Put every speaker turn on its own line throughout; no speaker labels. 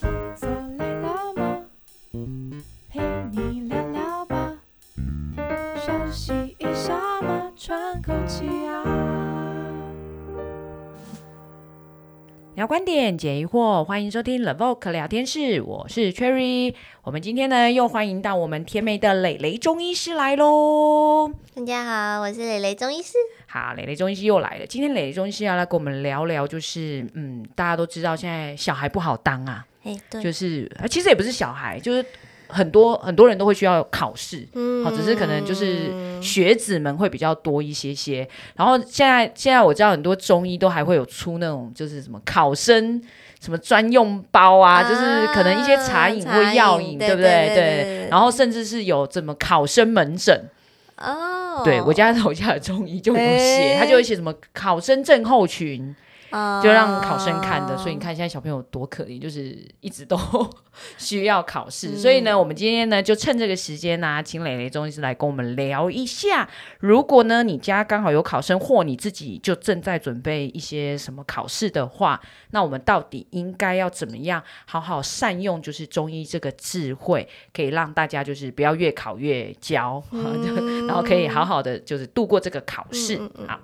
坐累了吗？陪你聊聊吧，休息一下嘛，喘口气啊。
聊观点，解疑惑，欢迎收听 The Vogue 聊天室，我是 Cherry。我们今天呢，又欢迎到我们甜美的蕾蕾中医师来喽。
大家好，我是蕾蕾中医师。
好，蕾蕾中医师又来了。今天蕾蕾中医师要来跟我们聊聊，就是嗯，大家都知道现在小孩不好当啊，
哎、对，
就是啊其实也不是小孩，就是很多很多人都会需要考试，
嗯
好只是可能就是学子们会比较多一些些。然后现在现在我知道很多中医都还会有出那种就是什么考生什么专用包啊，就是可能一些茶饮或药饮，
啊茶
对不
对？
对。然后甚至是有怎么考生门诊，
哦，
对我家楼下的中医就有写，
哎
他就会写什么考生症候群，
哦
就让考生看的， 所以你看现在小朋友多可怜，就是一直都 需要考试。
嗯
所以呢，我们今天呢就趁这个时间呢、请磊磊中医师来跟我们聊一下。如果呢你家刚好有考生，或你自己就正在准备一些什么考试的话，那我们到底应该要怎么样好好善用就是中医这个智慧，可以让大家就是不要越考越焦，然后可以好好的就是度过这个考试。
嗯嗯嗯嗯
好，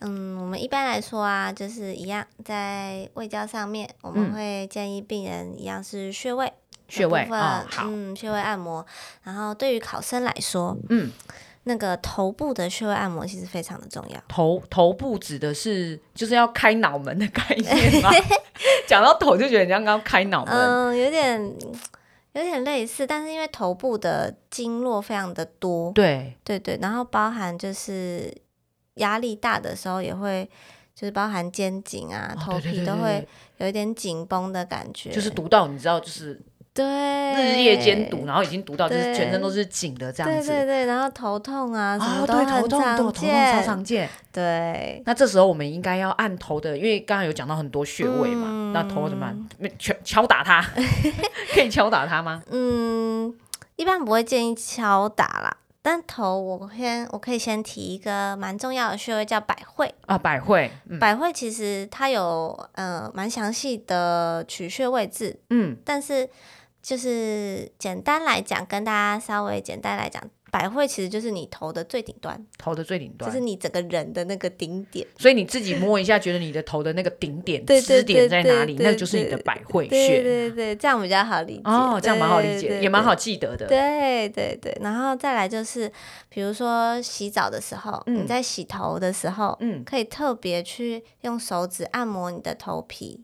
嗯，我们一般来说啊，就是一样在胃教上面，我们
嗯
会建议病人一样是穴位的
穴位
部分
哦，好，
嗯，穴位按摩。然后对于考生来说，
嗯。
那个头部的穴位按摩其实非常的重要。
头头部指的是就是要开脑门的概念吗？ 讲到头就觉得人家刚开脑门，
嗯，有点有点类似，但是因为头部的经络非常的多，
对，
对对，然后包含就是压力大的时候也会，就是包含肩颈啊、
哦
头
对对
皮
对
都
对
会有一点紧绷的感觉，
就是读到你知道就是
对
日夜兼读，，然后已经读到就是
对
全身都是紧的这样
对对
子。
对，然后头痛啊什
啊、
么都
对，头
很
痛，对，头
常
痛超
见，
常见。
对，
那这时候我们应该要按头的，因为刚刚有讲到很多穴位嘛，
嗯
那头怎么办？没敲敲打 它，可以敲打它吗？
嗯，一般不会建议敲打啦。但头，我先我可以先提一个蛮重要的穴位，叫百会。
啊，百会，嗯
百会其实它有呃蛮详细的取穴位置，
嗯，
但是就是简单来讲，跟大家稍微简单来讲，百会其实就是你头的最顶端，
头的最顶端
就是，你整个人的那个顶点。
所以你自己摸一下，觉得你的头的那个顶点、
对对
支点
对
在
对
哪里，
对
那就是你的百会穴。
对对对，这样比较好理解。
哦，这样蛮好理
对
解，也蛮。
对
好记得的。
对对对，然后再来就是，比如说洗澡的时候，
嗯
你在洗头的时候，
嗯，
可以特别去用手指按摩你的头皮。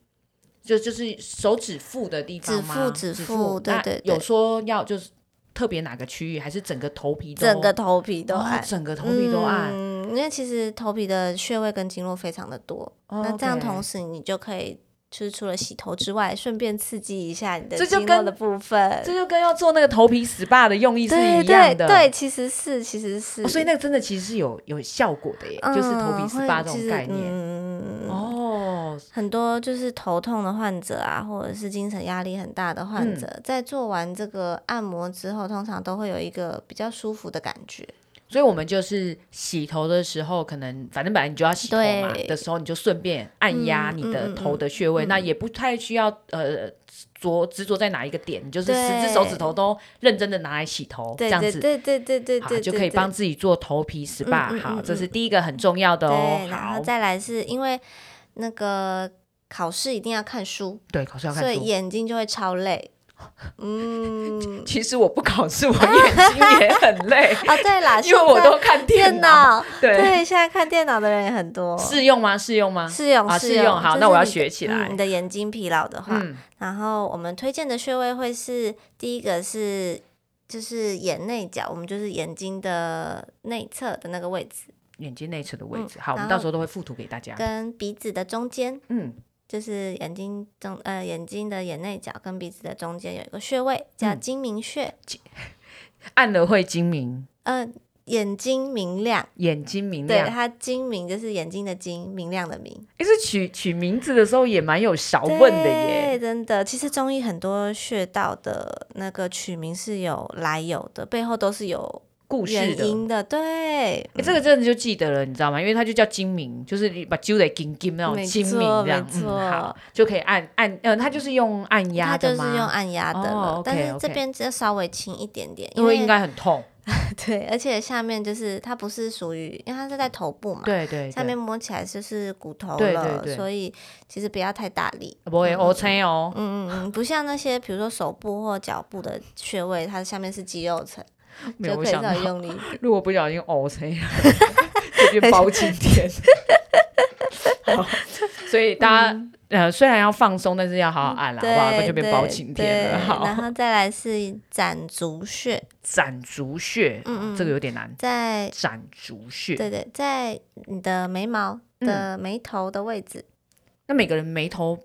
就就是手指腹的地方
指
吗？
腹指腹对
那
对对
有说要就是特别哪个区域，还是整个头皮都？
整个头皮都
哦
按，
整个头皮都按。
嗯，因为其实头皮的穴位跟经络非常的多，那这样
哦 OK
同时你就可以，就是除了洗头之外，顺便刺激一下你的
这就
经络
跟
的部分。
这就跟要做那个头皮 SPA 的用意是
对
一
对
样的。
对，其实是其实是，
哦所以那个真的其实是有有效果的耶，就是头皮
嗯
SPA
会
这
其
种
实
概念。
嗯，
哦，
很多就是头痛的患者啊，或者是精神压力很大的患
嗯
者，在做完这个按摩之后，通常都会有一个比较舒服的感觉。
所以我们就是洗头的时候，可能反正本来你就要洗头嘛
对
的时候，你就顺便按压
嗯
你的
嗯嗯
头的穴位，
嗯
那也不太需要呃着执着在哪一个点，你就是十
对
只手指头都认真的拿来洗头，这
对
样
对
子。
对对对对
好
对，
就可以
对
帮自己做头皮 SPA，、
嗯嗯
好，
嗯
这是第一个很重要的哦
对，。然
好
后，再来是因为那个考试一定要看书，
对，考试要看
所以
书。
眼睛就会 超累。嗯，
其实我不考试，我眼睛也很累，
啊对啦，
因为我
现在
都看
电
脑。
脑，
对，
对，现在看电脑的人也很多。
适用吗？适用吗？
适用
啊
适
适用好
就是
那我要
你的
学起来嗯
嗯你的眼睛疲劳的话，然后我们推荐的穴位会是第一个是就是眼内角，我们就是眼睛的内侧的那个位置，
眼睛内侧的位置。
嗯
好，我们
然后
到时候都会附图给大家。
跟鼻子的中间，
嗯，
就是眼睛中呃眼睛的眼内角跟鼻子的中间有一个穴位叫
嗯
睛明穴，
按了会精明，
嗯、眼睛明亮，
眼睛明
对，
亮。
它睛明就是眼睛的睛，明亮的明。
诶，是取取名字的时候也蛮有勺哦问的耶。
对，真的。其实中医很多穴道的那个取名是有来由的，背后都是有
故事
原
的。
因的，对，
诶这个真的就记得了，你知道吗？因为它就叫精明，就是你把揪得紧紧那种
没
精明
错
这样，
没
嗯，
错
好，就可以按按，嗯，它就是用按压
它就
的
是
吗？
用按压的了，
哦，OK，
但是这
OK
边就稍微轻一点点，
因为应该很痛，
对，而且下面就是它不是属于，因为它是在头部嘛，
对对对，
下面摸起来就是骨头了，
对对对
所以其实不要太大力。
不会 O 撑哦。
嗯嗯嗯，不像那些比如说手部或脚部的穴位，它下面是肌肉层，
啊没
嗯就
有我
可以
想
稍
到
微，用力一点。
如果不小心 O 撑， 就变包青天。好，所以大
嗯
家呃虽然要放松，但是要好好按啦，好不好？不然就变包青天了。
对然
好，
后再来是攒足穴，
攒竹穴，
嗯嗯
这个有点难。
在
攒竹穴，嗯
对对，在你的眉毛的眉头的位置，
那每个人眉头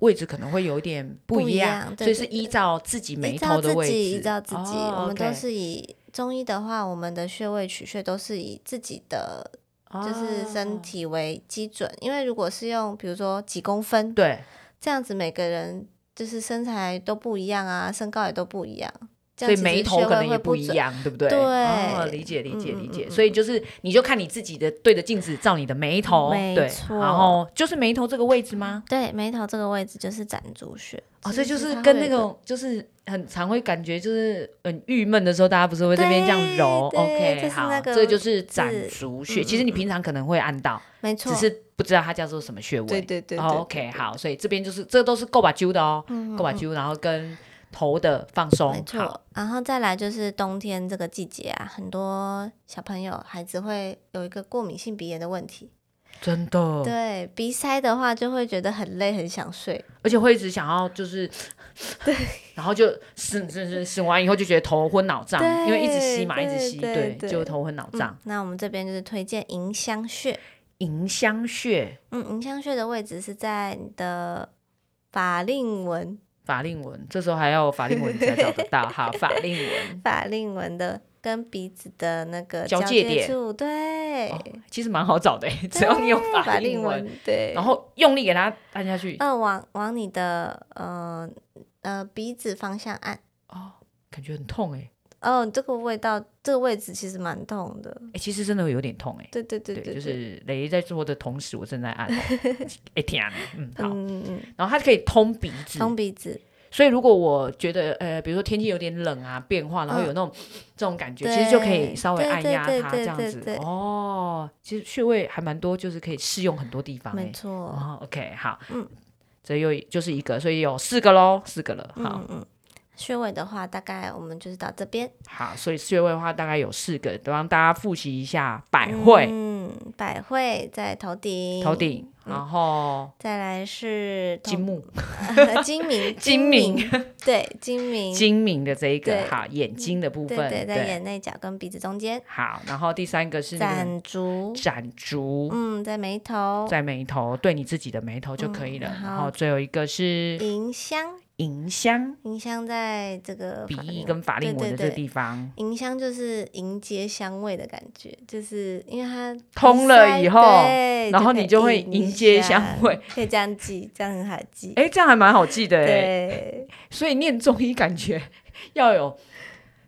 位置可能会有一点不一样，
不一样对
所以是依照自己眉
依照
头的
自
位置，
己，依照自己，
哦
我们都
OK
是以中医的话，我们的穴位取穴都是以自己的就是身
哦
体为基准，因为如果是用比如说几公分
哦对，
这样子，每个人就是身材都不一样啊，身高也都不一样，
所
这样
以
其实
眉头
穴
可
位
能也
会
不一
准。
样，对不对？
对
哦，理解理解
嗯嗯
理
嗯
解。
嗯
所以就是你就看你自己的对着镜子照你的眉头，
没
对，
错
然后就是眉头这个位置吗？
对，眉头这个位置就是攒竹穴
哦，这就是
它
跟
会
那
有一
种就是很常会感觉就是很郁闷的时候，大家不是会这边这样揉
对对
？OK，
就是
好
那，个
这就是攒
字
竹穴。
嗯
其实你
嗯
平常可能会按到，
个没错，
只是不知道它叫做什么穴位。
对对对对嗯
哦 OK，好，所以这边就是这都是够把揪的哦，够把揪，然后跟头的放
没
松，好，
错。然后再来就是冬天这个季节啊，很多小朋友孩子会有一个过敏性鼻炎的问题。
真的，
对，鼻塞的话就会觉得很累，很想睡。
而且会一直想要 就是，对， 然后就醒醒醒醒完以后就觉得头昏脑胀，
对
因为一直吸嘛，一
对
直吸，
对
对，
对
就头昏脑胀
嗯。，那我们这边就是推荐迎香穴。
迎香穴、
嗯，迎香穴的位置是在你的法令纹，
法令纹，这时候还要有法令纹才找得到。好，法令 纹
法令纹的跟鼻子的那个
交界
界
点
处，对，
其实蛮好找的， 只要你有法
法
令
令
纹，，
对，
然后用力给它按下去，
呃，往往你的呃呃鼻子方向按。
哦，感觉很痛哎，
哦，这个味道，这个位置其实蛮痛的。
哎，其实真的有点痛哎。
对对对对，
就是雷在做的同时，我正 在按，哎天啊，嗯好，
嗯嗯嗯，
然后它可以通鼻子，
通鼻子，
所以如果我觉得呃，比如说天气有点冷啊，变化，然后有那种、这种感觉，其实就可以
嗯对
稍微
对
按
对
压
对
它
对
这样
对
子。
对
哦，其实穴位还蛮多，就是可以适用很多地方、欸。
没错。
哦，OK，好，嗯
嗯，
这又就是一个，所以有四个喽，四个了。好、
嗯嗯，穴位的话，大概我们就是到这边。
好，所以穴位的话大概有四个，让大家复习一下百会、
嗯，百会在头顶，
头，顶，然后
再来是嗯头
金，木、
精 明，
精明
明，对，精明，
睛明的这一个，
对嗯
好，眼睛的部
对
分，
对，在眼内角跟鼻子中间，
好，然后第三个是那个
攒竹，
展竹，
嗯，在眉头，
在眉头，对你自己的眉头就可以了。
嗯
然
好
后最后一个是
迎香，
迎香，
迎香在这个
鼻
法
翼
令
跟法令纹的
对对
这个
对
地方。
迎香就是迎接香味的感觉，就是因为它
通了以后
哎对
然后你就
可
会
以
迎接香味，
可以这样记，这样很好记。
哎，这样还蛮好记的哎。
对，
所以念中医感觉 要有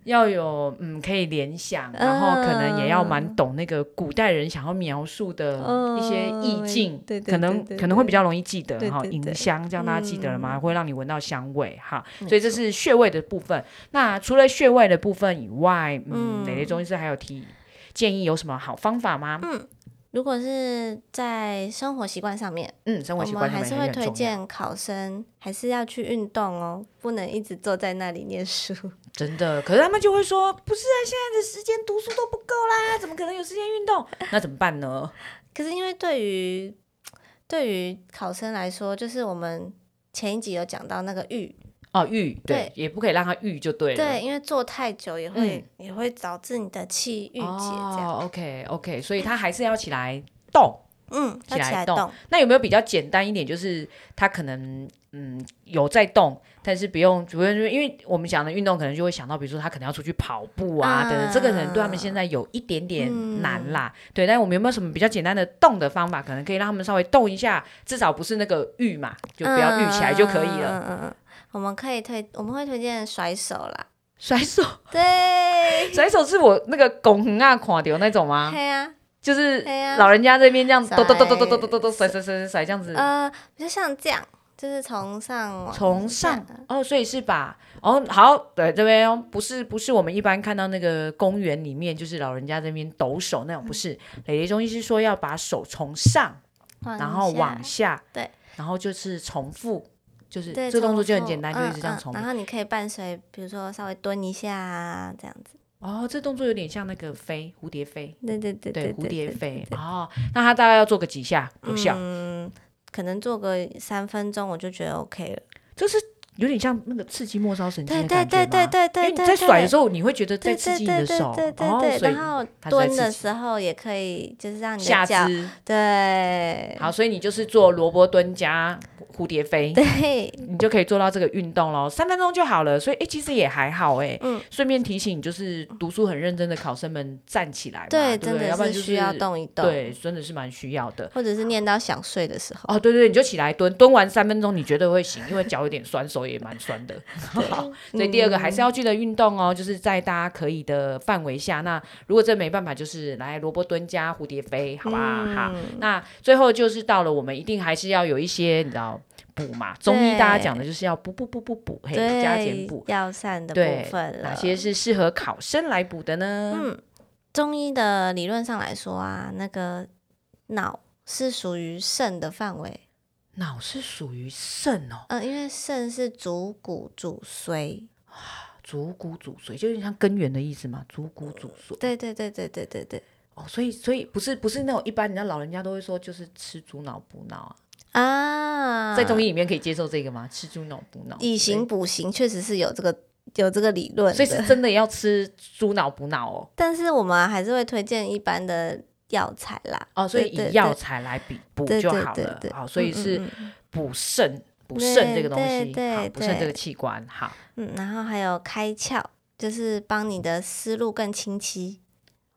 要有嗯，可以联想，然后可能也要蛮懂那个古代人想要描述的
嗯
一些意境，
对对
可能
对对对
可能会比较容易记得
对
哈。
对对
迎香，这样大家记得了吗？会让你闻到香味哈。
没
所以这是穴位的部分。那除了穴位的部分以外，嗯，
嗯
蕾蕾中医师还有提建议有什么好方法吗？
嗯如果是在生活习惯上面，
嗯，生
我
活习
们
惯
还
上
是
面
会
很重
推
要
荐考生还是要去运动哦，不能一直坐在那里念书。
真的，可是他们就会说，不是啊，现在的时间读书都不够啦，怎么可能有时间运动？那怎么办呢？
可是因为对于对于考生来说，就是我们前一集有讲到那个欲
哦，郁对
对，
也不可以让它郁就对了。
对，，因为坐太久也会、也会导致你的气郁结，这样，
哦，OK OK，所以它还是要起来动。
嗯，要
起
起
来
来
动
动，
那有没有比较简单一点，就是它可能嗯有在动，但是不用不用，因为我们讲的运动可能就会想到，比如说他可能要出去跑步啊
啊
等等，这个可能对他们现在有一点点
嗯
难啦。对，但我们有没有什么比较简单的动的方法，可能可以让他们稍微动一下，至少不是那个郁
嗯啊
嘛，就不要郁起来就可以了。
嗯嗯嗯嗯嗯，我们可以推，我们会推荐甩手啦，
甩手，
对，
甩手是我那个拱啊垮掉那种吗？
对啊，
就是
嘿啊
老人家这边这样
甩
抖抖抖抖抖抖抖抖抖甩甩甩甩甩这样子，
呃，比较像这样，就是从上往
从上
下
哦，所以是把哦好对这边哦，不是不是我们一般看到那个公园里面就是老人家这边抖手那种，不是磊磊中医是说要把手从上然后往下
对，
然后就是重复，就是
对，
这个动作
重
就很
复
简单，就一直这样重
嗯
复
嗯。。然后你可以伴随，比如说稍微蹲一下啊，这样子。
哦，这动作有点像那个飞蝴蝶飞，
对对对
对蝴蝶
对
飞。哦，那他大概要做个几下有效？
嗯，可能做个三分钟我就觉得 OK 了。
就是有点像那个刺激末梢神经
对
的
对
感觉
对对
吗
对
因为
对
你
对，
在甩的时
候
候，你会觉得在
对
刺
对
激你的
对对
手，
对
哦所
对对，
以
然后
它是在
蹲
刺
的
激
时候也可以，就是让你
下
的脚
肢。
对，
好，所以你就是做萝卜蹲加蝴蝶飞，
对，
你就可以做到这个运动喽，三分钟就好了。所以，哎、其实也还好、诶。哎，
嗯
顺便提醒，就是读书很认真的考生们站起来嘛，对
对，
不
真
对要
的
不然
是
就
需要，动一动，
对，真的是蛮需要的。
或者是念到想睡的时候。
哦，对对，你就起来蹲，蹲完三分钟，你绝对会醒，因为脚有点酸，手也蛮酸 的。好所以第二个还是要记得运动哦，就是在大家可以的范围下。那如果真没办法，就是来萝卜蹲加蝴蝶飞，好吧？
嗯
好，那最后就是到了我们一定还是要有一些你知道补嘛，中医大家讲的就是要补补补补补，嘿，
对，
加减补。
药膳的
对
部分了。
哪些是适合考生来补的呢？
嗯中医的理论上来说啊，那个脑是属于肾的范围，
脑是属于肾哦，
嗯、因为肾是主骨主髓。
足骨主髓，就有点像根源的意思嘛，足骨主髓。
对对对对对对对
哦，所以所以不是不是那种一般人家老人家都会说就是吃猪脑补脑啊，
啊，
在中
医
医里面可以接受这个吗？吃猪脑补脑，
以形补形确实是有这个有这个理论
对，
的，
所以是真的要吃猪脑补脑哦
但是我们还是会推荐一般的药材啦。
哦，所以
对对
以药材来比补
对
就
对
好
对
了
对，
好，所以
嗯
是
嗯嗯
补肾。补肾这个东
对
西，
对
好，补肾这
对
个器官，好
嗯，然后还有开窍，就是帮你的思路更清晰。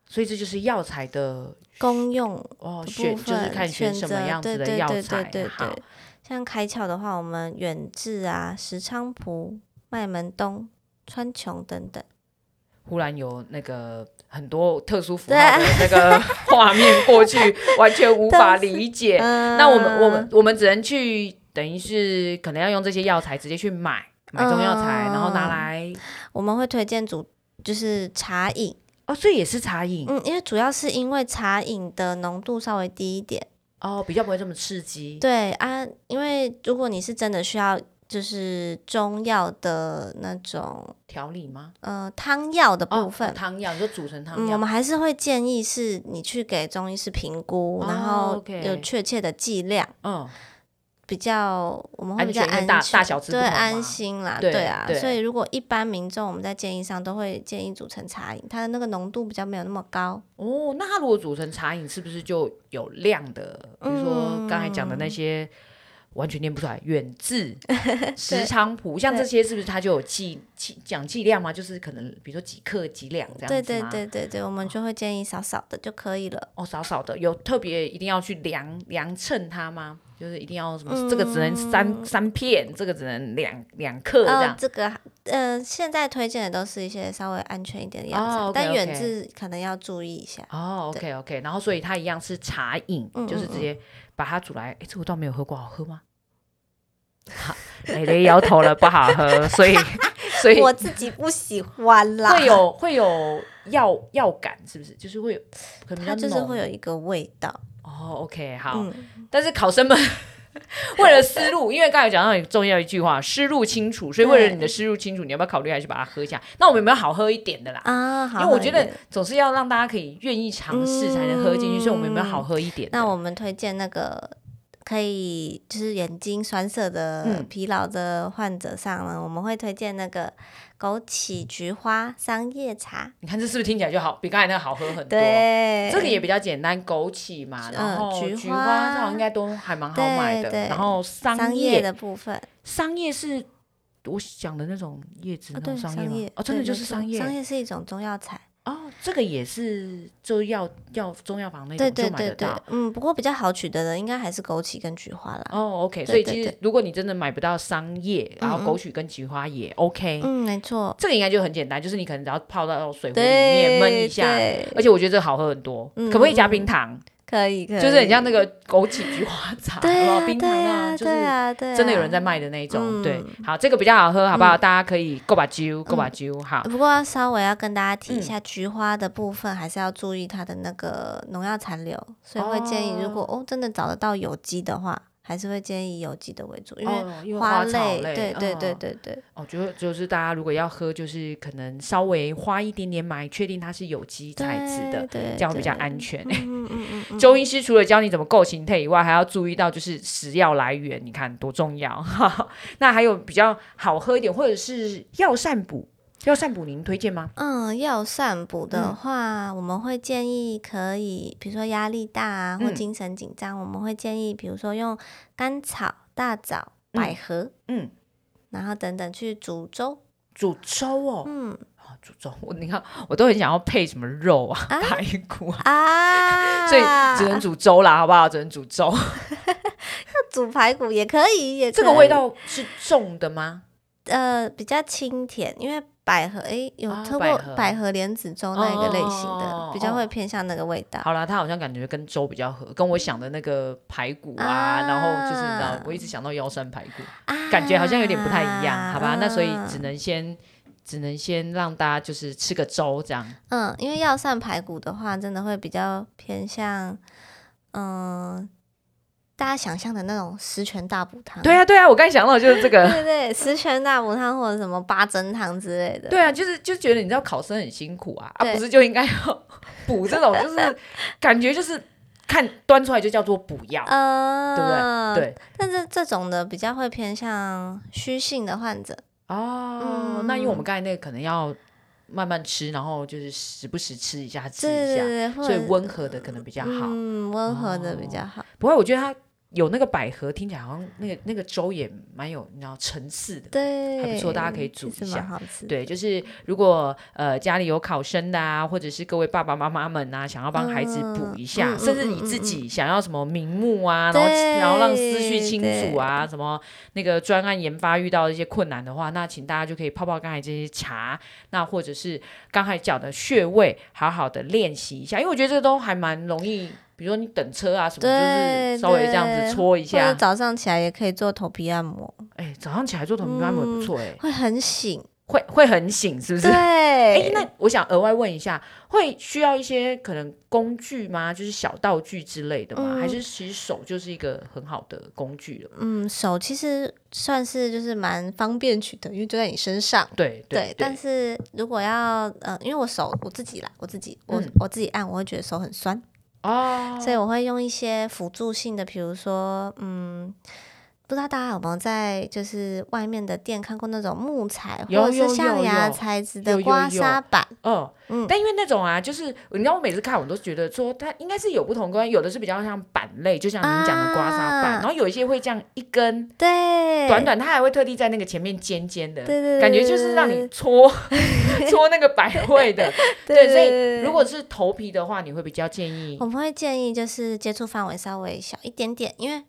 所以这就是药材的
功用
哦，
的
选
部
就是
分
看选什么
择
样子
对
的
对
药
对
材
对对，
好
对，像开窍的话，我们远志啊、石菖蒲、麦门冬、川穹等等。
忽然有那个很多特殊符号的那个 画面过 去，完全无法理解。
嗯
那我们我们我们只能去，等于是可能要用这些药材直接去买买中药材，
嗯
然后拿来
我们会推荐主就是茶饮，
哦，这也是茶饮、
嗯，因为主要是因为茶饮的浓度稍微低一点。
哦，比较不会这么刺激。
对啊，因为如果你是真的需要就是中药的那种
调理吗？
呃汤药的
哦
部，分
哦，汤药你说煮成汤
嗯，
药
我，们还是会建议是你去给中医师评估，
哦
然后
OK
有确切的剂量，
嗯，
比较我们会比较
安全因为
安全，
大大小只不
对
同嘛
安心啦，
对
啊
对
所以如果一般民众，我们在建议上都会建议煮成茶饮，它的那个浓度比较没有那么高。
哦，那它如果煮成茶饮，是不是就有量的？比如
嗯
说刚才讲的那些，完全念不出来，远志、石菖蒲，像这些是不是它就有剂剂讲剂量吗？就是可能比如说几克几两这样子
对
吗？哦
对对对对，我们就会建议少少的就可以了。
哦，少少的，有特别一定要去量量称它吗？就是一定要什么？
嗯
这个只能三、三片，这个只能两两克这
哦
样，。
这个呃，现在推荐的都是一些稍微安全一点的药材，
哦，OK，
但
OK
远志可能要注意一下。
哦，OK OK，然后所以它一样是茶饮，
嗯
就是
嗯
直接把它煮来。诶，这我倒没有喝过，好喝吗？好，蕾蕾摇头了，不好喝，所 以所以
我自己不喜欢啦，
会有会有药药感，是不是？就是会有，可能比较
它就是
浓
会有一个味道。
哦，OK，好。
嗯，
但是考 生们为了思路，因为刚才有讲到很重要一句话，思路清楚，所以为了你的思路清楚，你要不要考虑还是把它喝 下？那我们有没有好喝一点的啦？
啊，好
因为我
喝
觉
一
得
点嗯
总是要让大家可以愿意尝试才能喝进去，所以我们有没有好喝一点的？
那我们推荐那个可以就是眼睛酸涩的
嗯
疲劳的患者上呢，我们会推荐那个枸杞、菊花、桑叶茶。
你看这是不是听起来就好，比刚才那个好喝很多？啊
对，
这个也比较简单，枸杞嘛，
嗯
然后
菊花
菊花，这好像应该都还蛮好买的。
对对
然后
桑
桑
叶
叶，
的部分，
桑叶是我讲的那种叶子
哦
那
对，
种
桑
叶吗
叶？
哦，真的
对
就
没
是
错
桑叶。
桑叶是一种中药材，
哦，这个也是就药药中药房那
对
种
对
就买
对
得
对
到。，
嗯，不过比较好取得的应该还是枸杞跟菊花啦。
哦，OK，
对
所以
对
其实
对
如果你真的买不到桑叶，然后枸杞跟菊花也 OK，
嗯，没错，
这个应该就很简单，就是你可能只要泡到水壶里面
对，
焖一下，
对
而且我觉得这个好喝很多。
嗯
可不可以加冰糖？
可以可以，
就是很像那个枸杞菊花茶，好
对
不
啊
好冰糖
对啊
就是
对啊对啊，
真的有人在卖的那一种。
嗯
对，好，这个比较好喝，好不好？大家可以够把揪，够
嗯
把揪。好，嗯
不过要稍微要跟大家提一下，菊花的部分还是要注意它的那个农药残留，所以会建议，如果哦真的找得到有机的话，还是会建议有机的为主，因为
哦因为
花
草
类，
类，
对对
嗯
对对对，
哦，就就是大家如果要喝，就是可能稍微花一点点买，确定它是有机材质的，
对，
这样会比较
对。
安全。
嗯嗯嗯嗯嗯，
中医师除了教你怎么构形态以外，还要注意到就是食药来源，你看多重要。 那还有比较好喝一点，或者是药膳补，药膳补您推荐吗？
嗯，药膳补的
嗯
话，我们会建议可以，比如说压力大啊，或
嗯
精神紧张，我们会建议，比如说用甘草、大枣、百合，
嗯，
然后等等去煮粥。
煮粥哦，
嗯
啊煮粥，我你看我都很想要配什么肉啊，
啊
排骨啊。
啊，
所以只能煮粥啦，好不好？只能煮粥。
煮排骨也可以，也可
这
以
个味道是重的吗？
呃比较清甜，因为百合诶有
啊
喝
百
过
合
百合莲子粥那一个类型的，
哦
比较会
哦
偏向那个味道。
好啦，它好像感觉跟粥比较合，跟我想的那个排骨啊，
啊
然后就是你知道，我一直想到腰山排骨，
啊嗯
感觉好像有点不太一样，好吧？那所以只能先。只能先让大家就是吃个粥这样，
嗯，因为药膳排骨的话，真的会比较偏向嗯、大家想象的那种十全大补汤。
对啊对啊，我刚才想到的就是这个，
对对，十全大补汤或者什么八珍汤之类的。
对啊，就是就觉得你知道考生很辛苦啊，啊
对
不是就应该要 补这种，就是感觉就是看端出来就叫做补药，
嗯，
对不对？对
但是这种的比较会偏向虚性的患者，
哦，
嗯
那因为我们刚才那个可能要慢慢吃，然后就是时不时吃一下吃
对
一
对
下，
对，或
所以
者
温和的可能比较好。
嗯，温和的比
哦
较好。
不过我觉得它有那个百合，听起来好像那个那个粥也蛮有你知道层次的。
对，
还不错大家可以煮一
是
下
蛮好吃。，
对，就是如果呃家里有考生的啊，或者是各位爸爸妈妈们啊，想要帮孩子补一下，
嗯嗯嗯
甚至你自己想要什么名目啊，然后
对
然后让思绪清楚啊，什么那个专案研发遇到一些困难的话，那请大家就可以泡泡刚才这些茶，那或者是刚才讲的穴位，好好的练习一下，因为我觉得这个都还蛮容易。比如说你等车啊什么，就是
对
稍微这样
对
子搓一
或者
下。
早上起来也可以做头皮按摩，
哎、早上起来做头皮
嗯
按摩也不错哎、
会很醒。
会会很醒是不是？哎，
对，
那我想额外问一下，会需要一些可能工具吗？就是小道具之类的吗？
嗯
还是其实手就是一个很好的工具了？
嗯，手其实算是就是蛮方便取得，因为就在你身上。
对对，
但是如果要呃，因为我手我自己啦，我自己我、
嗯
我自己按，我会觉得手很酸，
哦，
所以我会用一些辅助性的，比如说嗯。不知道大家有没有在就是外面的店看过那种木材
有
或者
有
是象
有
牙
有
材质
有
的
有
刮
有
痧板？
哦，
嗯
但因为那种啊，就是你知道，我每次看我都觉得说它应该是有不同关，有的是比较像板类，就像您讲的刮痧板，
啊
然后有一些会这样一根
对，
短短，它还会特地在那个前面尖尖的，
对对对
感觉就是让你搓搓那个 百会的。对，所以如果是头皮的话，你会比较建议
我们会建议就是接触范围稍微小一点点，因为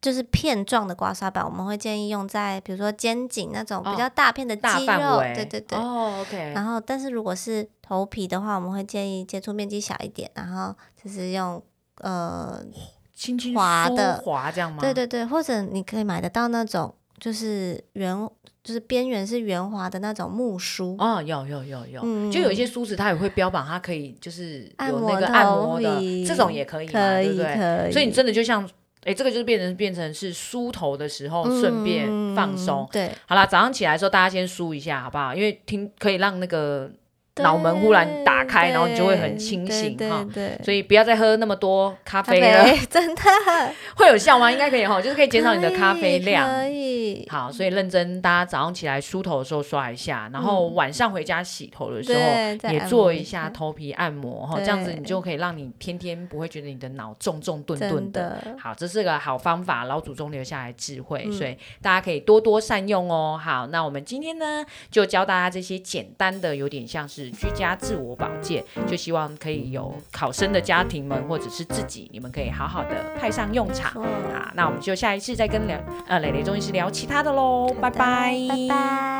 就是片状的刮痧板，我们会建议用在比如说肩颈那种
哦
比较大片的
大
肌肉，
范围，
对对对。
哦，OK，
然后，但是如果是头皮的话，我们会建议接触面积小一点，然后就是用呃，
轻轻
滑
舒
的
滑这样吗？
对对对，或者你可以买得到那种就是圆，就是边缘是圆滑的那种木梳，
哦，有有有有，
嗯
就有一些梳子，它也会标榜它可以就是
按
有
摩
那个按
头
摩的，
皮
这种也可以嘛，
嗯可
对不
以
对？
可以，
所以你真的就像，哎，这个就是变成变成是梳头的时候顺便放松
嗯。对，
好啦，早上起来的时候大家先梳一下，好不好？因为听可以让那个脑门忽然打开然后你就会很清醒
对
哈
对对
所以不要再喝那么多咖
咖
啡了，
真的
会有效吗？应该可以哈，就是可以减少你的咖啡量。
可以。
好，所以认真，大家早上起来梳头的时候刷一下，然后晚上回家洗头的时候。
嗯对，再
也
按
做
摩
一下头皮按摩哈，这样子你就可以让你天天不会觉得你的脑重重顿顿
嗯真
的。
的，
好，这是个好方法，老祖宗留下来的智慧，
嗯
所以大家可以多多善用哦。好，那我们今天呢就教大家这些简单的，有点像是始居家自我保健，就希望可以有考生的家庭们或者是自己，你们可以好好的派上用场
错
啊。那我们就下一次再跟聊呃磊磊中医师聊其他的喽，拜
拜拜。